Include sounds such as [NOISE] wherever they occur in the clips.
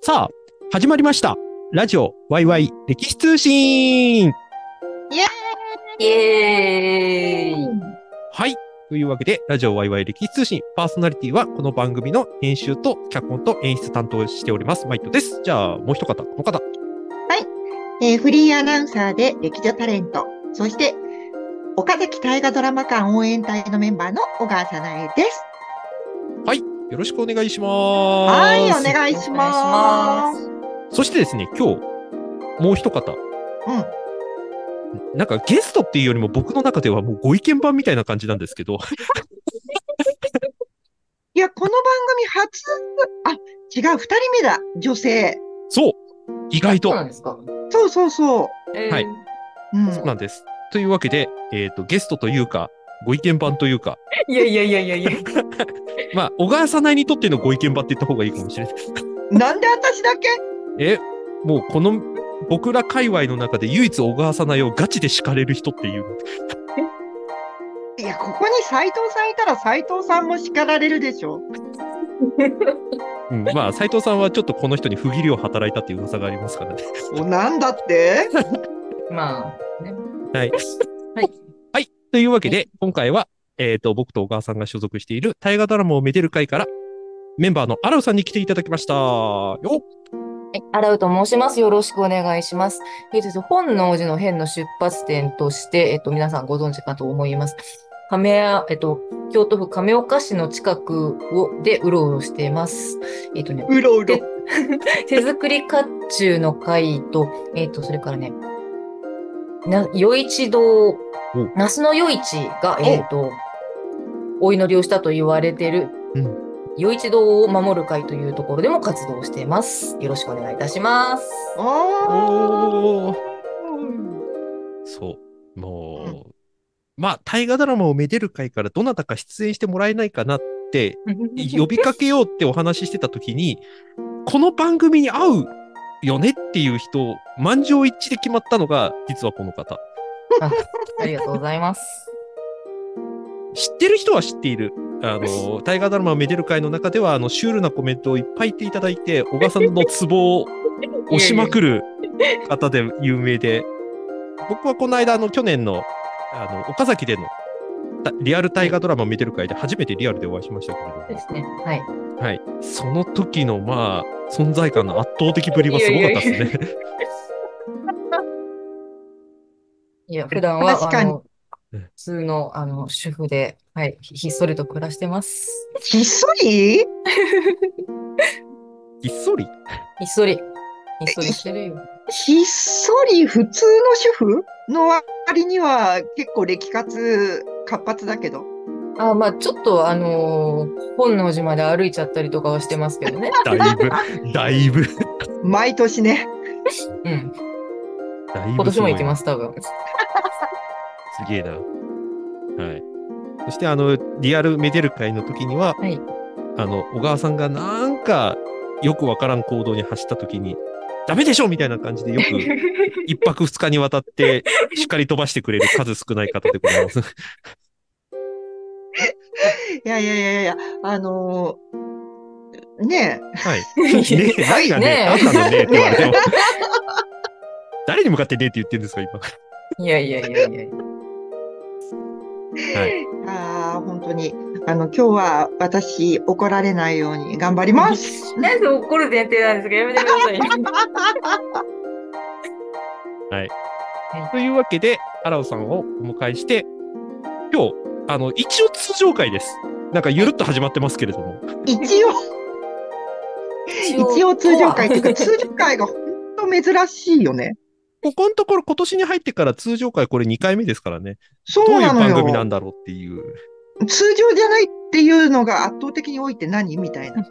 さあ、始まりました。ラジオワイワイ歴史通信イエーイはい。というわけで、ラジオワイワイ歴史通信、パーソナリティはこの番組の編集と脚本と演出担当しております。マイトです。じゃあ、もう一方、この方。えーフリーアナウンサーで劇女タレント、そして岡崎大河ドラマ館応援隊のメンバーの小川さなえです。よろしくお願いします。はい、お願いします。そしてですね、今日、もう一方。うん。なんかゲストっていうよりも僕の中ではもうご意見番みたいな感じなんですけど、 [LAUGHS] いや、この番組初、あ、違う、二人目だ、女性。そう意外とそうなんですか。そうそうそう。はいうん。そうなんです。というわけで、えっ、と、ゲストというか、ご意見番というか、いやいやいやいやいや。まあ、小川さないにとってのご意見番って言った方がいいかもしれない。なんで私だけえ、もうこの、僕ら界隈の中で唯一小川さないをガチで敷かれる人っていう。いや、ここに斎藤さんいたら斎藤さんも叱られるでしょ。うん、まあ、斎藤さんはちょっとこの人に不義理を働いたっていう噂がありますからね。お、なんだってまあ、ね。はい。はい。はい。というわけで、今回は、えっ、と、僕と小川さんが所属している大河ドラマをめでる会から、メンバーのアラウさんに来ていただきました。よっはい、アラウと申します。よろしくお願いします。えっと、本能寺の変の出発点として、えっと、皆さんご存知かと思います。亀屋、えっと、京都府亀岡市の近くを、で、うろうろしています。えっとね、うろうろで。手作り甲冑の会と、えっ、と、それからね、な、余市堂、那須の余市が、えっ、と、お祈りをしたと言われてる、うん余市堂を守る会というところでも活動しています。よろしくお願いいたします。おー。おーそう。もう、まあ、大河ドラマをめでる会からどなたか出演してもらえないかなって、 [LAUGHS] 呼びかけようってお話ししてた時に、この番組に合うよねっていう人、満場一致で決まったのが、実はこの方。ありがとうございます。知ってる人は知っている。あの、大河ドラマをめでる会の中では、あの、シュールなコメントをいっぱい言っていただいて、小川さんのツボを押しまくる方で有名で、僕はこの間、あの、去年の、あの、岡崎での、たリアル大河ドラマを見てる会で初めてリアルでお会いしましたけれでどすね。はい。も、はい。その時の、まあ、存在感の圧倒的ぶりはすごかったですね。いや、普段は、確かあにの、うん普通の、あの、主婦で、はい、ひひっそりと暮らしてます。ひっそりひっそり。ひっそり。ひっそりしてるよ。ひっそり普通の主婦の割には結構歴活活発だけど。あ、まあちょっとあのー本能寺まで歩いちゃったりとかはしてますけ [LAUGHS] どね。だいぶ、だいぶ、毎年ね。うん。だいぶ。今年も行きますす、多分。すげえな。はい。そして、あの、リアルメデル会の時には、はいあの、小川さんがなんか、よくわからん行動に走った時に、ダメでしょみたいな感じでよ [LAUGHS] く、一泊二日にわたって、しっかり飛ばしてくれる数少ない方でございます。いやいやいやいや、あのーねはい。ねえ、何がね、ねえ何なのねって言われても [LAUGHS] ね。誰に向かってねえって言ってるんですか、今。いやいやいやいや。え、はいああ本当にあの今日は私怒られないように頑張ります。なんで怒る前提なんですかやめてください。というわけで、アラオさんをお迎えして、今日、あの、一応通常会です。なんか、ゆるっと始まってますけれども。一応一応通常会っていう [LAUGHS] か通常会が本当珍しいよね。ここのところ今年に入ってから通常回これ2回目ですからね。そどうういうなの番組なんよ。だろうっていう。通常じゃないっていうのが圧倒的に多いって何みたいな。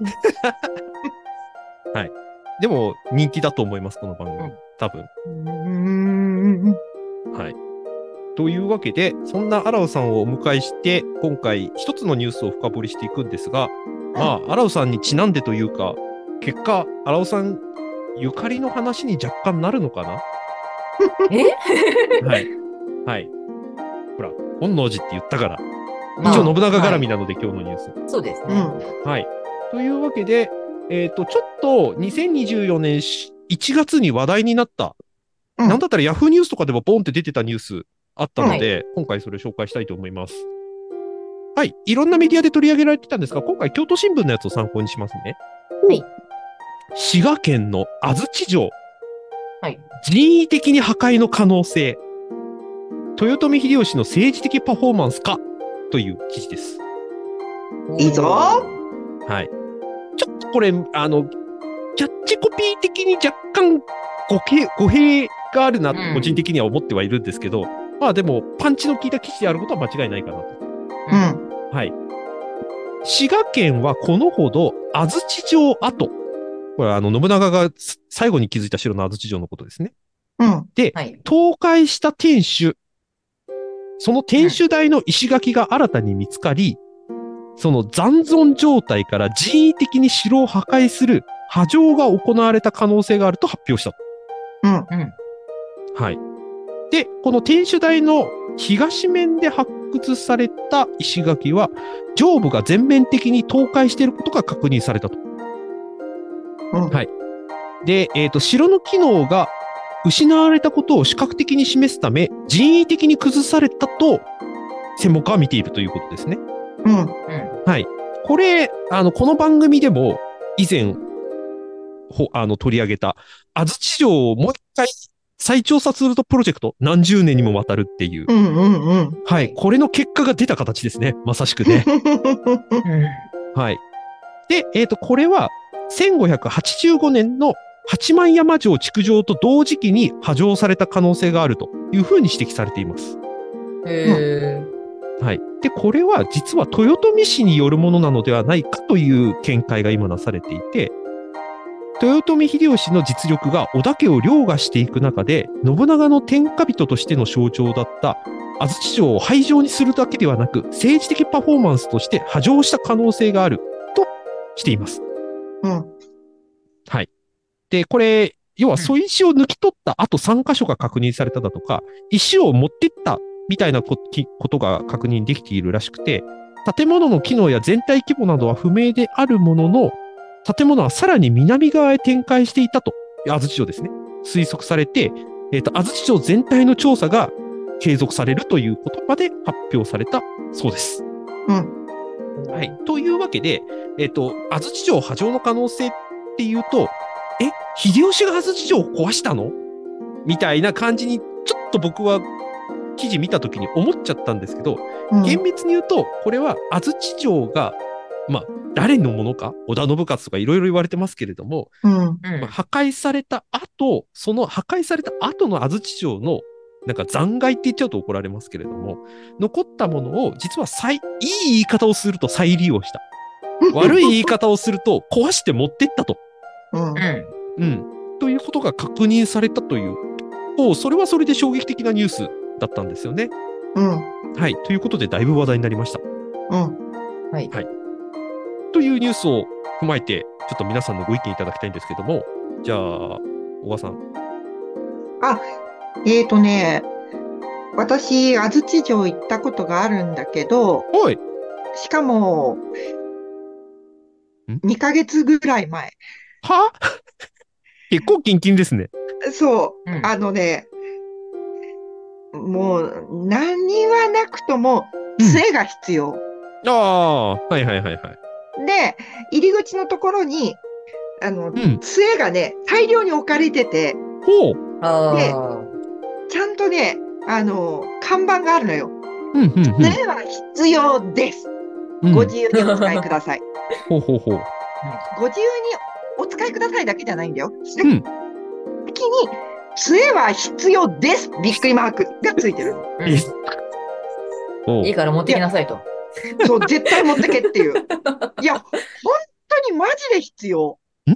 でも人気だと思います、この番組。多分。うーん。はい。というわけで、そんなアラウさんをお迎えして、今回一つのニュースを深掘りしていくんですが、まあ、アラウさんにちなんでというか、結果、アラウさんゆかりの話に若干なるのかな [LAUGHS] えはい。はい。ほら、本能寺って言ったから。まあ一応信長絡みなので、今日のニュース。そうですうね。ん。はい。というわけで、えっ、と、ちょっと2024年し1月に話題になった、うんなんだったら Yahoo ニュースとかでもボンって出てたニュースあったので、今回それ紹介したいと思います。はい。いろんなメディアで取り上げられてたんですが、今回京都新聞のやつを参考にしますね。はい滋賀県の安土城。はい人為的に破壊の可能性。豊臣秀吉の政治的パフォーマンスかという記事です。いいぞはい。ちょっとこれ、あの、キャッチコピー的に若干語弊語弊があるなとうん個人的には思ってはいるんですけど、まあでも、パンチの効いた記事であることは間違いないかなと。うん。はい。滋賀県はこのほど安土城跡。これはあの、信長がす最後に築いた城の安土城のことですね。うん。はい。倒壊した天守。その天守台の石垣が新たに見つかり、その残存状態から人為的に城を破壊する破城が行われた可能性があると発表した。うん。うん。はい。で、この天守台の東面で発掘された石垣は、上部が全面的に倒壊していることが確認されたと。うんはい。で、えっ、と、城の機能が失われたことを視覚的に示すため、人為的に崩されたと、専門家は見ているということですね。うん。うん。これ、あの、この番組でも、以前、ほ、あの、取り上げた、安土城をもう一回再調査するとプロジェクト、何十年にもわたるっていう。うん。うん。うん。はい。これの結果が出た形ですね。まさしくね。うん。はい。で、えっ、と、これは、1585年の八幡山城築城と同時期に破城された可能性があるというふうに指摘されています。へはい。で、これは実は豊臣氏によるものなのではないかという見解が今なされていて、豊臣秀吉の実力が織田家を凌駕していく中で、信長の天下人としての象徴だった安土城を廃城にするだけではなく、政治的パフォーマンスとして破城した可能性があるとしています。うん。で、これ、要はそういう石を抜き取った後3箇所が確認されただとか、石を持ってったみたいなこきことが確認できているらしくて、建物の機能や全体規模などは不明であるものの、建物はさらに南側へ展開していたと、安土城ですね、推測されて、えっ、と、安土城全体の調査が継続されるということまで発表されたそうです。うん。はい。というわけで、えっ、と、安土城破城の可能性っていうと、え、秀吉が安土城を壊したのみたいな感じに、ちょっと僕は記事見たときに思っちゃったんですけど、うん。厳密に言うと、これは安土城が、まあ、誰のものか、織田信勝とかいろいろ言われてますけれども、うん。え。うんまあ、破壊された後、その破壊された後の安土城の、なんか残骸って言っちゃうと怒られますけれども、残ったものを、実は再、いい言い方をすると再利用した。悪い言い方をすると、壊して持ってったと。うん。ううん、ということが確認されたという、おうそれはそれで衝撃的なニュースだったんですよね。うん。はい。ということで、だいぶ話題になりました。うん。ん。はい。というニュースを踏まえて、ちょっと皆さんのご意見いただきたいんですけども、じゃあ、小川さん。えーとね、私、安土城行ったことがあるんだけど、おいしかもん、 2ヶ月ぐらい前。は [LAUGHS] 結構キンキンですね。そうう、んあのね、もう、何はなくとも、杖が必要。ああ、はいはいはいはい。で、入り口のところに、あの、うん。杖がね、大量に置かれてて、ほう。あねあ。ちゃんとね、あの、看板があるのよ。うん、うん、杖は必要です。うん。ご自由にお使いくだ [LAUGHS] さい。ほうほうほう。ご自由にお使いくださいだけじゃないんだよ。先うんに、杖は必要ですびっくりマークがつ [LAUGHS] いてるの。うんえおういいから持ってきなさいと。そう、絶対持ってけっていう。いや、本当にマジで必要。うん。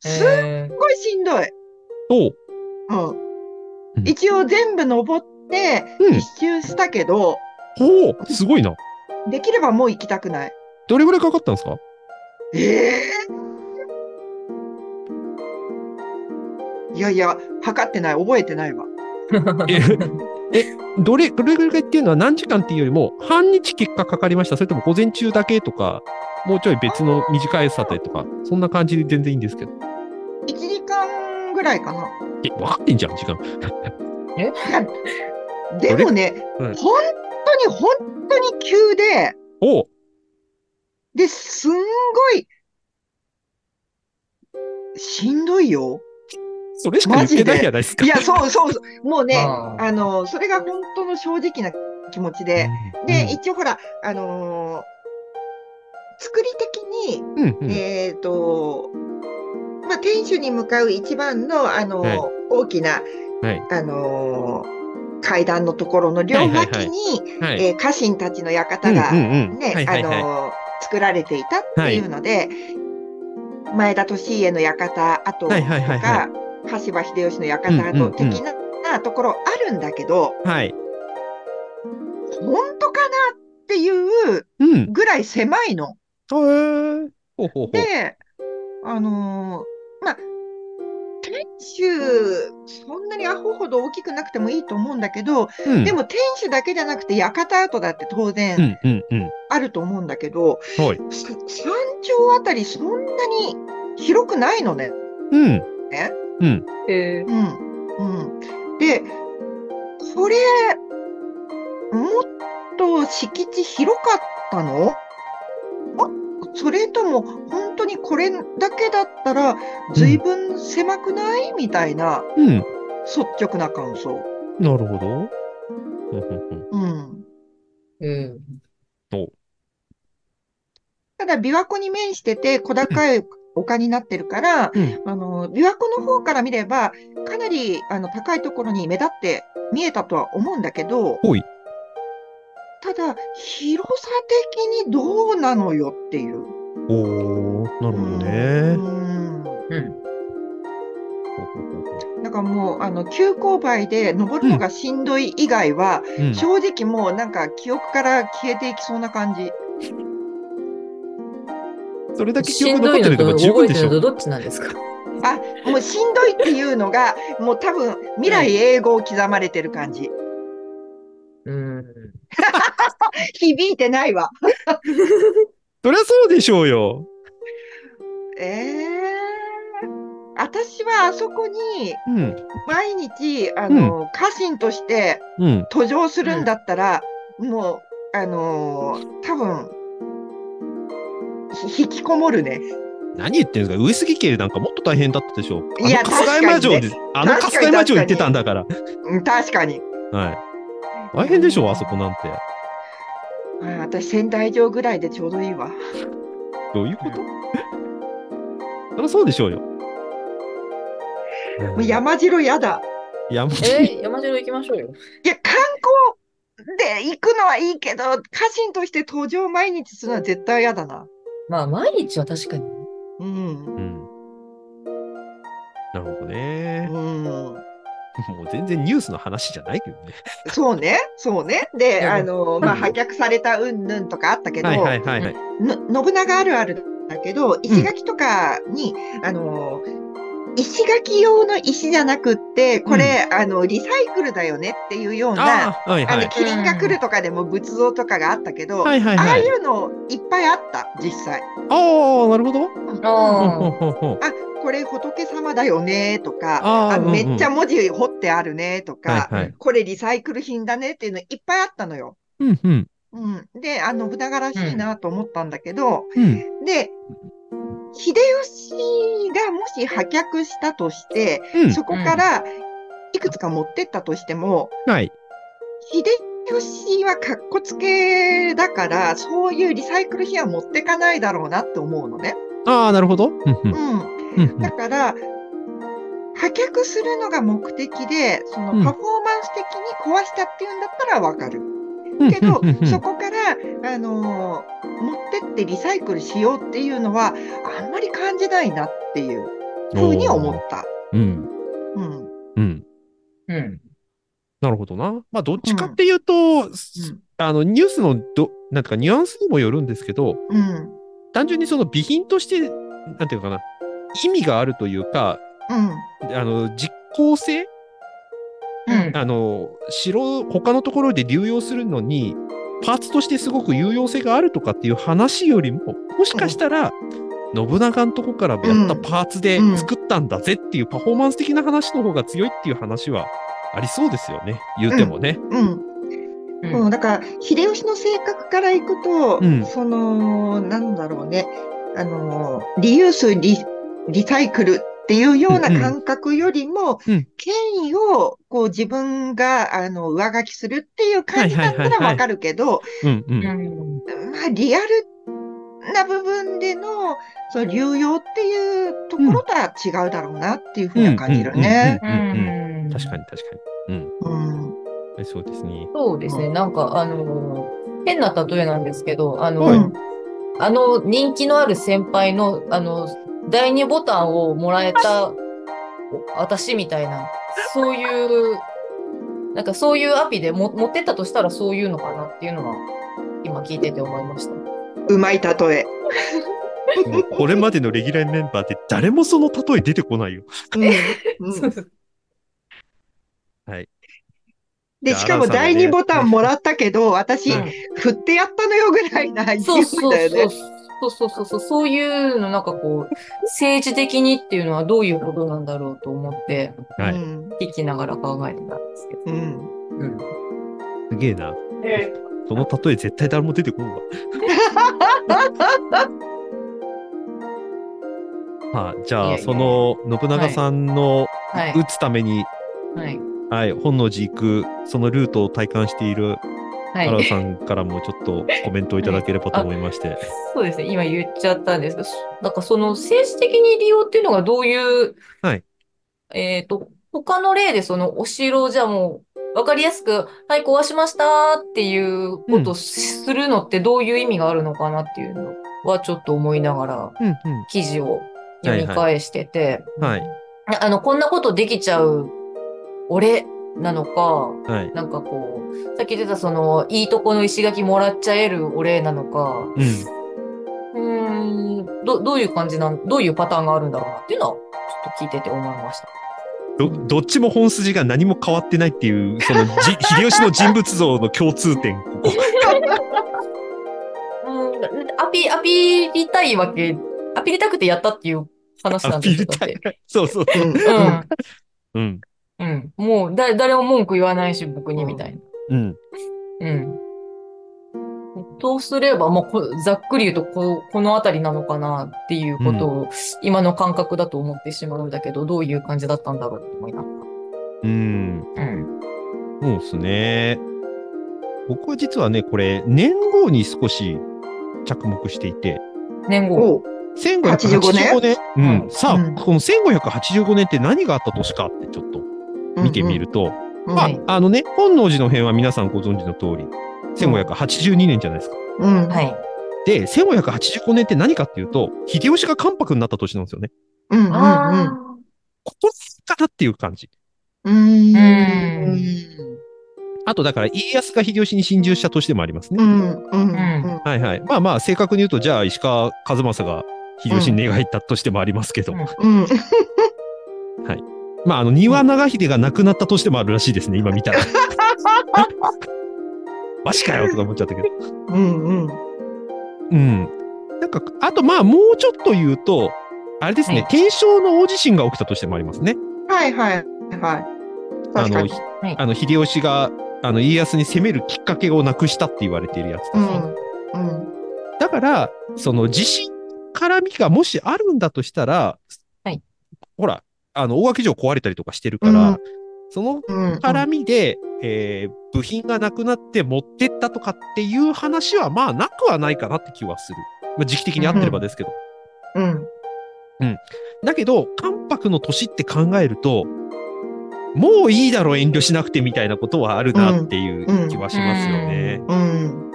すっえごいしんどい。おう。う。うんん一応全部登って、うん一。周したけど、ほう。すごいな。できればもう行きたくない。どれぐらいかかったんですかええいやいや、測ってない、覚えてないわ。え [LAUGHS] どれ、どれぐらいっていうのは何時間っていうよりも、半日結果かかりました。それとも午前中だけとか、もうちょい別の短い査定とか、そんな感じで全然いいんですけど。 1時間ぐらいかな。え、分かってんじゃん、時間。 [LAUGHS] でもね、うん本当に本当に急で、おうで、すんごい、しんどいよ。それしか言ってないじゃないですか。いや、そうそうそう。もうね、あーあの、それが本当の正直な気持ちで。で、一応ほら、あのー作り的に、うん、うんうんえっ、と、まあ、天守に向かう一番の、あのーはい大きな、はいあのー階段のところの両脇に、はい。えー家臣たちの館が、うんうんうんね、はいはいはいあのー作られていたっていうので、前田利家の館跡とか、はいはいはいは羽柴秀吉の館跡的な,、ところあるんだけどはい。本当かなっていううん。ぐらい狭いの。へーほうほうほう。であのーまあ天守そんなにアホほど大きくなくてもいいと思うんだけど、うんで、も天守だけじゃなくて館跡だって当う然んうんうん。あると思うんだけど、はい。さ山頂あたりそんなに広くないのね。うん。えうんうん、でこれもっと敷地広かったのあそれとも本当にこれだけだったら随分狭くない、みたいなうん。率直な感想。なるほど。うんうんうんうん、うん。ただ琵琶湖に面してて小高い丘になってるから、うんあの琵琶湖の方から見ればかなりあの高いところに目立って見えたとは思うんだけど、ほい。ただ、広さ的にどうなのよっていう。おー、なるほどね。うんうん。ほうほうほうほなんかもう、あの、急勾配で登るのがしんどい以外は、ううん正直もうなんか記憶から消えていきそうな感じ。それだけ記しん憶ど残いってれのばと十覚分えでてしるのょ。とどっちなんですかもうしんどいっていうのが、もう多分未来英語を刻まれてる感じ。うん。響いてないわ。そりゃそうでしょうよ。ええ私はあそこにうん。毎日、あの、家臣として、うん。途上するんだったら、もう、あのー多分ひ引きこもるね。何言ってんですか上杉家なんかもっと大変だったでしょう。いやあの春日山城で確、あの確春かに日山城行ってたんだから。うん確かに。はい。大変でしょう、あそこなんて。あー私、仙台城ぐらいでちょうどいいわ。どういう [LAUGHS] ことそりゃそうでしょうよ。もう山城やだ。山城えー、山城行きましょうよ。いや、観光で行くのはいいけど、家臣として登場毎日するのは絶対やだな。まあ、毎日は確かに。うん。うん。なるほどね。うん、もう全然ニュースの話じゃないけどね。そうね、そうね。で、うんあのーまあ、破却されたうんぬんとかあったけど、はいはいはいはい。の信長あるあるだけど石垣とかに、あの石垣用の石じゃなくってこれ、あのリサイクルだよねっていうようなあああ、はいはのい。キリンが来るとかでも仏像とかがあったけど、はいはいあはあいい。うのいっぱいあった実際。ああ、なるほど。あうんほうほうほうあこれ仏様だよねとかあーあうんのうんめっちゃ文字彫ってあるねとか、はいはい。これリサイクル品だねっていうのいっぱいあったのよ。うんうん。うん、であの信長らしいなと思ったんだけど、うん。で、秀吉がもし破却したとして、うんそこからいくつか持ってったとしても、はい。秀吉はかっこつけだから、そういうリサイクル品は持ってかないだろうなって思うのね。ああ、なるほど。うんうんううん。んうんだから、破却するのが目的で、そのうんパフォーマンス的に壊したっていうんだったらわかる。うん [LAUGHS] けどうんうんう、んそこから、あのー持ってってリサイクルしようっていうのは、あんまり感じないなっていうふうに思った。うん。うん。うん。うん。なるほどな。まあ、どっちかっていうと、すあの、ニュースのど、なんていうか、ニュアンスにもよるんですけど、うん。単純にその備品として、なんていうのかな、意味があるというか、うん。あの、実効性うん。あの、城、他のところで流用するのに、パーツとしてすごく有用性があるとかっていう話よりも、もしかしたら、信長のとこからやったパーツで作ったんだぜっていうパフォーマンス的な話の方が強いっていう話はありそうですよね。言うてもね。うんうんもうだから秀吉の性格からいくと、うんそのなんだろうねあのリユースリリサイクルっていうようなうんうん感覚よりも、うん権威をこう自分があの上書きするっていう感じだったはいはいはいらはいわかるけど、うんう。うんんまあ、リアルな部分でのその流用っていうところとは違うだろうなっていうふうには感じるね。うんうんうんうんうん確かに確かに。うん。うんはいそうですね。そうですね、うなんか、あのー変な例えなんですけど、あの、はいあの人気のある先輩の、あの、第二ボタンをもらえた私みたいな、そういう、なんかそういうアピでも持ってったとしたらそういうのかなっていうのは、今聞いてて思いました。うまい例え。もうこれまでのレギュラーメンバーって誰もその例え出てこないよ。 [LAUGHS] うんういんで、やしかもアナウンサー第もね2ボタンもらったけど、私、うん振ってやったのよぐらいな勢いそうそうだよね。そうそうそうそうそうそういうのなんかこう政治的にっていうのはどういうことなんだろうと思ってはうい。ん聞きながら考えてたんですけど。うんうんすげえな。その例え絶対誰も出てこん [LAUGHS] わ。はあ、じいゃやあ、いやその信長さんのはい打つために、はいはい、本能寺行く、そのルートを体感している原は田い。さんからもちょっとコメントをいただければと思いまして。 [LAUGHS] そうですね今言っちゃったんですけどなんかその政治的に利用っていうのがどういう、はいえっ、と他の例でそのお城じゃもう分かりやすく「はい壊しました」っていうことをするのってどういう意味があるのかなっていうのはちょっと思いながら。うん記事を読み返してて、うん。はい。ああの、こんなことできちゃう俺なのか、はい。なんかこう、さっき出たその、いいとこの石垣もらっちゃえる俺なのか、うん。うーん、ど、どういう感じなん、どういうパターンがあるんだろうなっていうのは、ちょっと聞いてて思いました。ど、どっちも本筋が何も変わってないっていう、そのじ、秀吉の人物像の共通点、こ [LAUGHS] こ。うん、アピ、アピりたいわけ、アピりたくてやったっていう話なんですよ。アピりだってそうそう。うんうん。うん。うん。もう、だ、誰も文句言わないし、僕にみたいな。うん。うん。とすれば、まあ、こざっくり言うとこ、この辺りなのかなっていうことを、今の感覚だと思ってしまうんだけど、どういう感じだったんだろうって思いながうん。ら。うん。そうですね。僕は実はね、これ、年号に少し着目していて、年号。おう1585年。年うん。さあ、うんこの1585年って何があった年かってちょっと見てみ。ると、うんまはあい、あのね、本能寺の辺は皆さんご存知の通り、1582年じゃないですか。うんうんはい。で、1585年って何かっていうと、秀吉が関白になった年なんですよね。うんうんあここかなっていう感じ。うんうんあと、だから、家康が秀吉に侵入した年でもありますうね。んうんうんはいはい。まあまあ、正確に言うと、じゃあ、石川和正が秀吉に寝返った年でもありますけど、うんうんまあ、あの、庭長秀が亡くなった年でもあるらしいですね、今見た [LAUGHS] ら。マジかよとか思っちゃったけど。うんうんうん。なんか、あと、まあ、もうちょっと言うと、あれですね、はい天正の大地震が起きたとしてもありますね。はいはいはい。あ確かの、にひはいあの秀吉が、あの、家康に攻めるきっかけをなくしたって言われているやつですうね、んうんだから、その、地震絡みがもしあるんだとしたら、はいほら、あの、大垣城壊れたりとかしてるから、うんそのうん絡みで、えー部品がなくなって持ってったとかっていう話は、まあ、なくはないかなって気はする。まあ、時期的に合ってればですけど。うんだけど、関白の年って考えると、もういいだろ、遠慮しなくてみたいなことはあるなっていう気はしますよね。うんうん。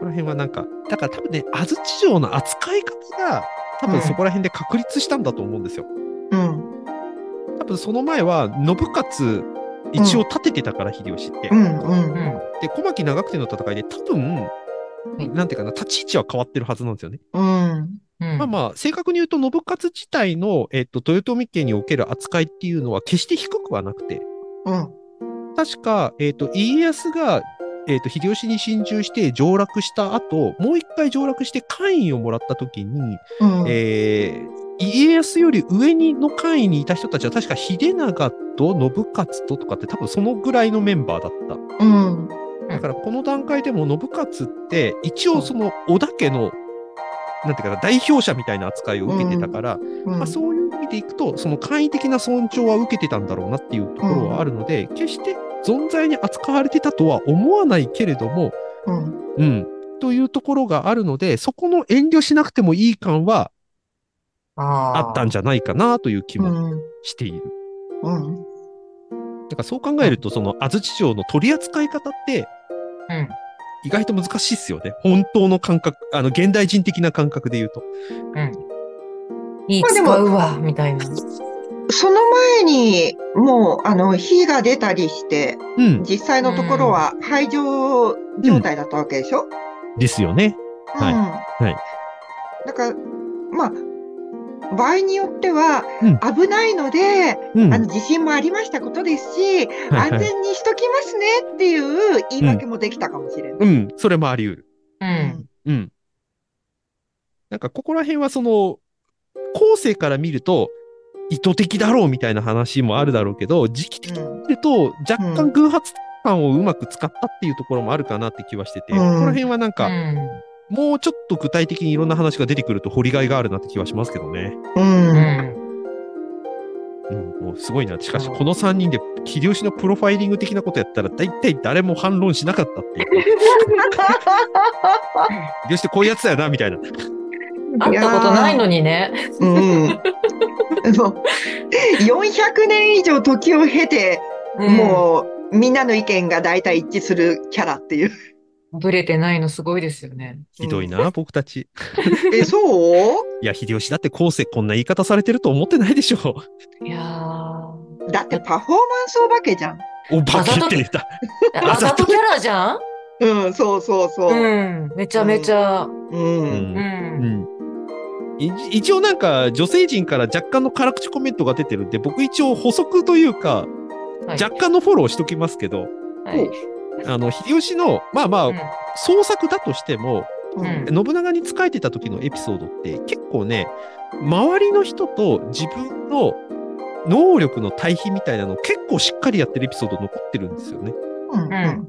この辺はなんか、だから多分ね、安土城の扱い方が、多分そこら辺で確立したんだと思うんですよ。うん多分その前は、信勝、一応立ててたから、秀吉って。うんうんうん。で、小牧長久手の戦いで、多分、なんていうかな、立ち位置は変わってるはずなんですよね。うんうん。まあまあ、正確に言うと、信勝自体の、えっと、豊臣家における扱いっていうのは決して低くはなくて、うん確か、えっと、家康がえっ、と、秀吉に侵襲して上洛した後、もう一回上洛して官位をもらった時に、うんえー家康より上にの官位にいた人たちは確か秀長と信勝ととかって多分そのぐらいのメンバーだった。うんだからこの段階でも信勝って一応その織田家のなんていうかな代表者みたいな扱いを受けてたから、うんまあ、そういう意味でいくとその簡易的な尊重は受けてたんだろうなっていうところはあるので、決して存在に扱われてたとは思わないけれども、うんうん、というところがあるのでそこの遠慮しなくてもいい感はああったんじゃないかなという気うもんしている。うんだからそう考えるとその安土城の取り扱い方ってゃ。うん。意外と難しいっすよね。本当の感覚、あの、現代人的な感覚で言うと。いいまあでも使うわ、みたいな。その前にもうあの火が出たりしてうん。実際のところは排除状態だったわけでしょ、ですよね。はいうんはいだからまあ場合によっては危ないので、うん。あの地震もありましたことですし、はいは安い全にしときますねっていう言い訳もできたかもしれない。うん。それもあり得る。う。うんうん。なんか、ここら辺はその、後世から見ると、意図的だろうみたいな話もあるだろうけど、時期的にん見ると、若干偶発感をうまく使ったっていうところもあるかなって気はしてて、うんここら辺はなんうか、ん。もうちょっと具体的にいろんな話が出てくると、掘りがいがあるなって気はしますけどね。うんうん。うん、もうすごいな。しかし、うんこの3人で、秀吉のプロファイリング的なことやったら、大体誰も反論しなかったっていう。秀吉ってこういうやつだよな、みたいな。会ったことないのにね。うん、 [LAUGHS] そう400年以上時を経て、もうみんなの意見が大体一致するキャラって [LAUGHS] いう。うん。ブレてないのすごいですよね。ひどいな、僕たち。えそういや、秀吉だって後世こんな言い方されてると思ってないでしょ。 [LAUGHS] いやー。だってパフォーマンスお化けじゃん。お化けって言った。あざとキャラじゃんうんそうそうそうう。ん。めちゃめちゃ。うんう。うん。うんん。い一応なんか、女性陣から若干の辛口コメントが出てるんで、僕一応補足というか、はい若干のフォローしときますけど、はいあの、秀吉の、まあまあ、うん創作だとしても、ううんん信長に仕えてた時のエピソードって結構ね周りの人と自分の能力の対比みたいなのを結構しっかりやってるエピソード残ってるんですよね。うん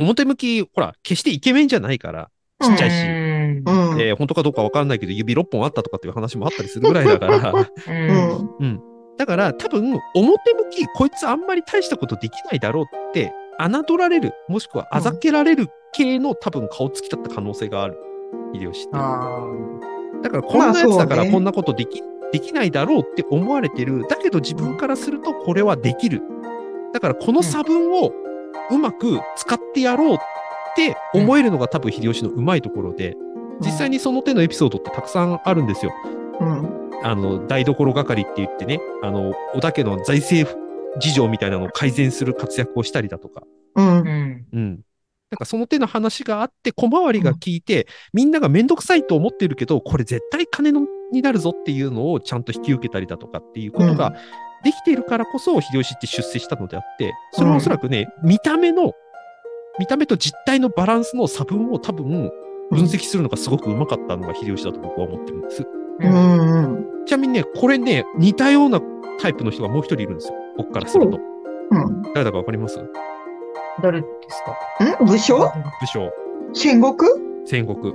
表向きほら決してイケメンじゃないからちっちゃいし、うんう。んえー本当かどうかわかんないけど指6本あったとかっていう話もあったりするぐらいだから [LAUGHS] うんうんだから多分表向きこいつあんまり大したことできないだろうって侮られるもしくはあざけられる系の多分顔つきだった可能性がある秀吉って。あだからこんなやつだかまあそうらねこんなことでき,、できないだろうって思われてる。だけど自分からするとこれはできる。だからこの差分をうまく使ってやろうって思えるのが多分秀吉のうまいところで、実際にその手のエピソードってたくさんあるんですよ。うんあの、台所係って言ってね、あの、織田家の財政事情みたいなのを改善する活躍をしたりだとか。うんー。うん。うん。なんかその手の話があって、小回りが効いて、みんながめんどくさいと思ってるけど、これ絶対金のになるぞっていうのをちゃんと引き受けたりだとかっていうことができているからこそ、秀吉って出世したのであって、それはおそらくね、見た目の、見た目と実態のバランスの差分を多分、分析するのがすごくうまかったのが秀吉だと僕は思ってるんです。うんうんちなみにね、これね、似たようなタイプの人がもう一人いるんですよ。僕からすると。うん誰だかわかります誰ですかん武将武将、戦国戦国。う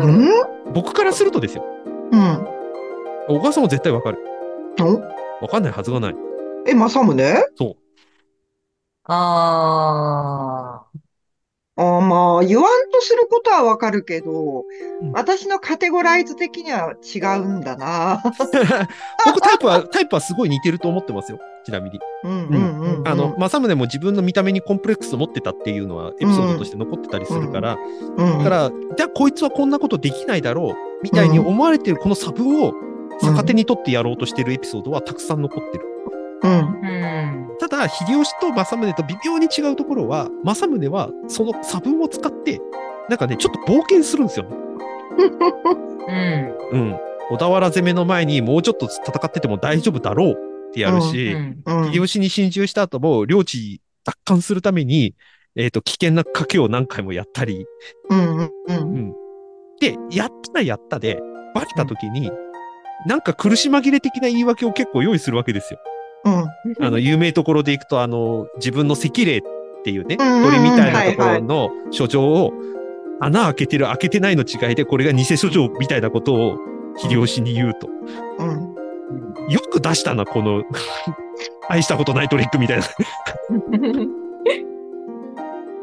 うんん僕からするとですよ。うん小川さんも絶対わかる。おわかんないはずがない。え政宗 [LAUGHS] そあああまあ言わんとすることはわかるけど、うん私のカテゴライズ的には違うんだ [LAUGHS] な。う。僕タイプは、タイプはすごい似てると思ってますよ。ちなみに。うんうんうんうんあの、、政宗も自分の見た目にコンプレックスを持ってたっていうのはエピソードとして残ってたりするから、うんだから、じゃあこいつはこんなことできないだろう、みたいに思われてるこの差分を逆手に取ってやろうとしてるエピソードはたくさん残ってる。うんー。うん。ただ、秀吉と政宗と微妙に違うところは、政宗はその差分を使って、なんかね、ちょっと冒険するんですよね。ううん。ん。小田原攻めの前にもうちょっと戦ってても大丈夫だろうってやるし、うんうん秀吉に侵襲した後も領地奪還するために、えっ、と、危険な賭けを何回もやったり、うんうんう。うんん。で、やったらやったで、バレた時に、なんか苦し紛れ的な言い訳を結構用意するわけですよ。うん。あの、有名ところで行くと、あの、自分の赤霊っていうね、うんうんうん鳥みたいなところの書状を、穴開けてる、開けてないの違いで、これが偽書状みたいなことを秀吉に言うと。うん。よく出したな、この、 [LAUGHS] 愛したことないトリックみたいな。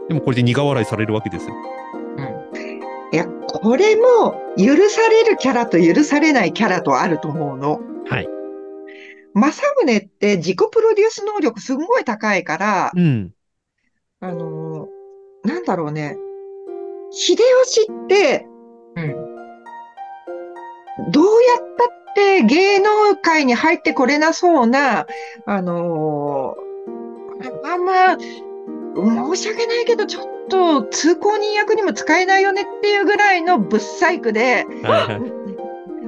でもこれで苦笑いされるわけですよ。いや、これも許されるキャラと許されないキャラとあると思うの。はい。政宗って自己プロデュース能力すんごい高いから、うん。あのーなんだろうね。秀吉ってどうやったって芸能界に入ってこれなそうな、あのーまあまあ、申し訳ないけど、ちょっと通行人役にも使えないよねっていうぐらいのぶっ細工で、はいはい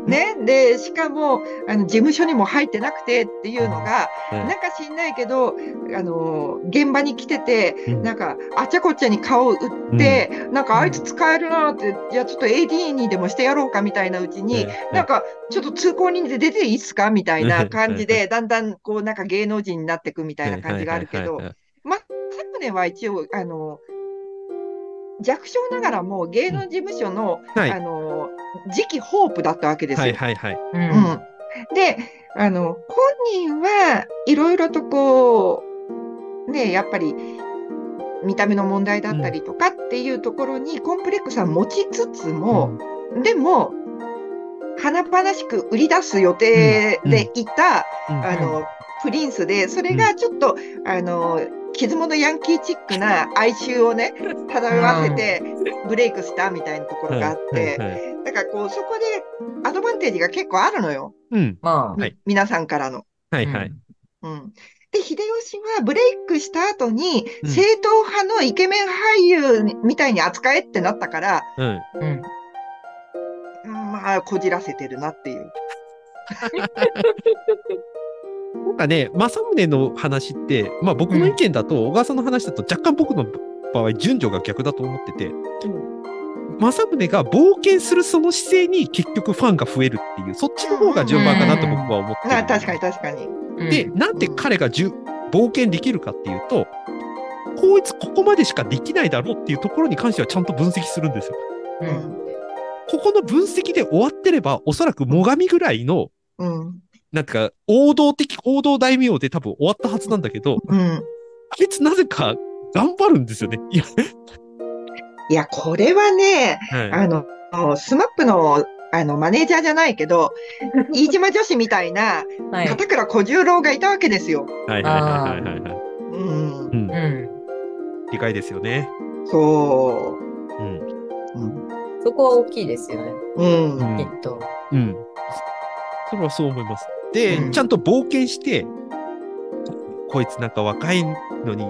ね、で、しかも、あの、事務所にも入ってなくてっていうのが、うんなんか知んないけど、あの、現場に来てて、うん [LAUGHS] なんか、あちゃこちゃに顔を打って、なんか、あいつ使えるなって、いや、ちょっと AD にでもしてやろうかみたいなうちに、なんか、ちょっと通行人で出ていいっすかみたいな感じで、だんだん、こう、なんか芸能人になってくみたいな感じがあるけどはいはいはい、はい昨年は一応、あの、弱小ながらも芸能事務所の、はいあの、次期ホープだったわけですよ。はいはいはい。うん、であの本人はいろいろとこうねやっぱり見た目の問題だったりとかっていうところにコンプレックスは持ちつつも、でも華々しく売り出す予定でいた、うんあのプリンスでそれがちょっと、あの傷物ヤンキーチックな哀愁を [LAUGHS] ね漂わせてブレイクしたみたいなところがあって。はいはいはいだからこう、そこでアドバンテージが結構あるのよ。うん。まはい皆さんからの。あ、はいはい。うん。で、秀吉はブレイクした後に、うん正統派のイケメン俳優みたいに扱えってなったから、うん。うん。うんまあ、こじらせてるなっていう。なんかね、政宗の話って、まあ僕の意見だと、小川さんの話だと若干僕の場合、順序が逆だと思ってて、政宗が冒険するその姿勢に結局ファンが増えるっていう、そっちの方が順番かなと僕は思ってるな確かに確かに。うんで、なんで彼がじゅ冒険できるかっていうと、こいつここまでしかできないだろうっていうところに関してはちゃんと分析するんですよ。う。うんん。ここの分析で終わってれば、おそらく最上ぐらいの、うん。なんか王道的、王道大名で多分終わったはずなんだけど、うん。あいつなぜか頑張るんですよね。いや、いや、これはね、はいあの、スマップの、あの、マネージャーじゃないけど、飯島女子みたいな、はい。片倉小十郎がいたわけですよ。はいはいはいはいはい。うんう。んう、ん。理解ですよね。そうん、う。うん。そこは大きいですよね、うん。うんきっと。うん。それはそう思います。で、うんちゃんと冒険して、こいつなんか若いのに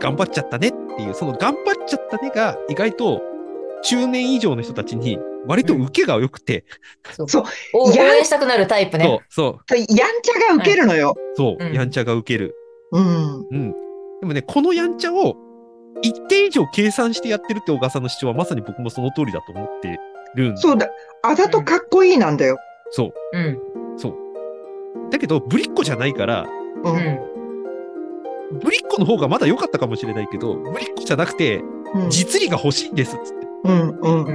頑張っちゃったねっていう、その頑張っちゃったねが意外と中年以上の人たちに割と受けが良くて、そうそうお応いや援したくなるタイプね。そう、とやんちゃが受けるのよ。そう、そう、うんやんちゃが受ける。うん。うん。でもね、このやんちゃを一定以上計算してやってるって小川さんの主張はまさに僕もその通りだと思ってるんでそうだ。あざとかっこいいなんだよ。そう。うん。だけど、ぶりっ子じゃないから、う。うんん。ぶりっ子の方がまだ良かったかもしれないけど、ぶりっ子じゃなくて、うん。実利が欲しいんですっつって。うん。うん。って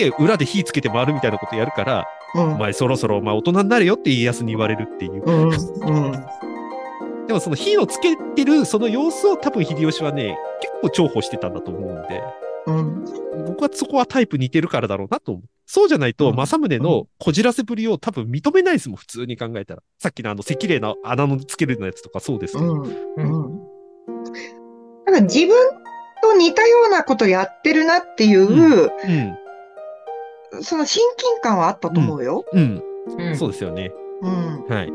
言って、裏で火つけて回るみたいなことやるから、お前そろそろお前大人になれよって家康に言われるっていう。うん。うん。でもその火をつけてるその様子を多分秀吉はね、結構重宝してたんだと思うんで、うん。僕はそこはタイプ似てるからだろうなと思う。そうじゃないと、うん政宗のこじらせぶりを多分認めないですもん、普通に考えたら。さっきのあの、赤霊の穴のつけるようなやつとかそうですけうど。ん。うん。なんか自分と似たようなことやってるなっていう、うん。その親近感はあったと思うよ。うん。うん。そうですよね。うん。はい。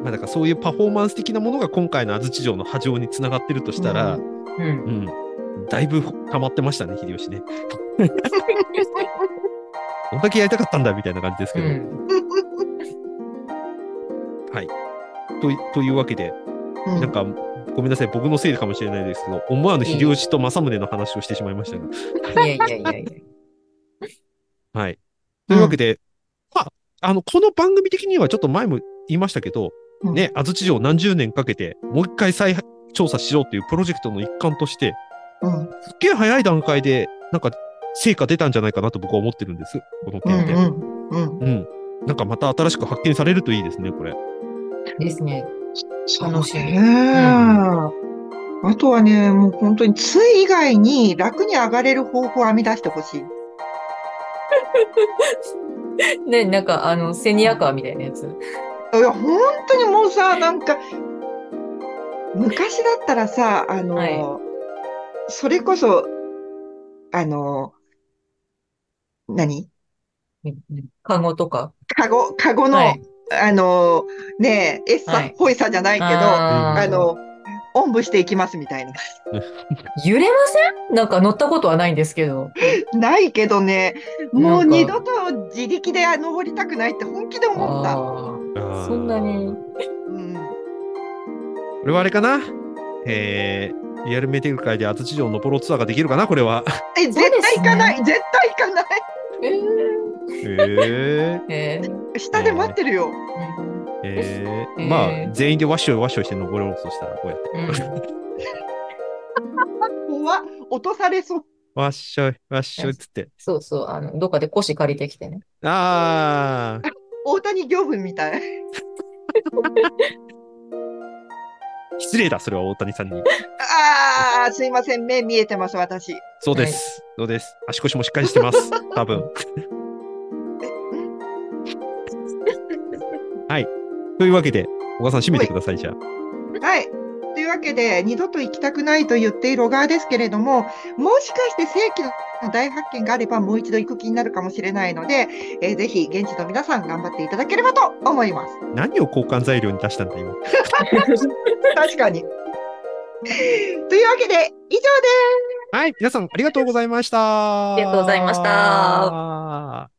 まあ、だからそういうパフォーマンス的なものが今回の安土城の波状につながってるとしたら、うん。うん、だいぶ溜まってましたね、秀吉ね。どんだけやりたかったんだみたいな感じですけうど。ん。といというわけで、うなんん。か、ごめんなさい、僕のせいかもしれないですけど、思わぬ秀吉と政宗の話をしてしまいましたが。いやいやいやいや。はい。というわけで、まあ、あの、この番組的にはちょっと前も言いましたけど、うんね、安土城を何十年かけて、もう一回再調査しようというプロジェクトの一環として、うんすっげえ早い段階で、なんか、成果出たんじゃないかなと僕は思ってるんです。このう点んで。うんうんうん。なんかまた新しく発見されるといいですね、これ。ですね。そう楽しみね。あとはね、もう本当に、つい以外に楽に上がれる方法を編み出してほしい。ね、なんか、あの、セニアカーみたいなやつ。いや、本当にもうさ、なんか、昔だったらさ、あの、はいそれこそ、あの、何カゴとか。カゴ、カゴの、はい。あの、ねえ、エッサ、はいホイサじゃないけど、ああーの、おんぶしていきますみたいな。 [LAUGHS] 揺れませんなんか乗ったことはないんですけど。ないけどね、もうなんか二度と自力で登りたくないって本気で思った。ああーあ。そんなに。うん、これはあれかなえー、リアルメテル界で安土城のポロツアーができるかなこれは。え、絶対行かない、絶対行かない。ええー、ー、えー下で待ってるよ。えーえーまあ、全員でワッショイワッショイして登ろうとしたら、こうやって。うん怖っ落とされそう。ワッショイ、ワッショイっつって。そうそう、あの、どっかで腰借りてき [LAUGHS] てね。あー、大谷行文みたい。 [LAUGHS] 失礼だ、それは大谷さんに。ああ、すいません、目見えてます、私。そうです。そうです。足腰もしっかりして [LAUGHS] ます。多分。はい。というわけで、小川さん、締めてください、じゃあ。はい。というわけで、二度と行きたくないと言っている小川ですけれども、もしかして世紀の大発見があれば、もう一度行く気になるかもしれないので、えーぜひ現地の皆さん頑張っていただければと思います。何を交換材料に出したんだ、今。確かに。 [LAUGHS] というわけで、以上です。はい。皆さん、ありがとうございました。あ。りがとうございました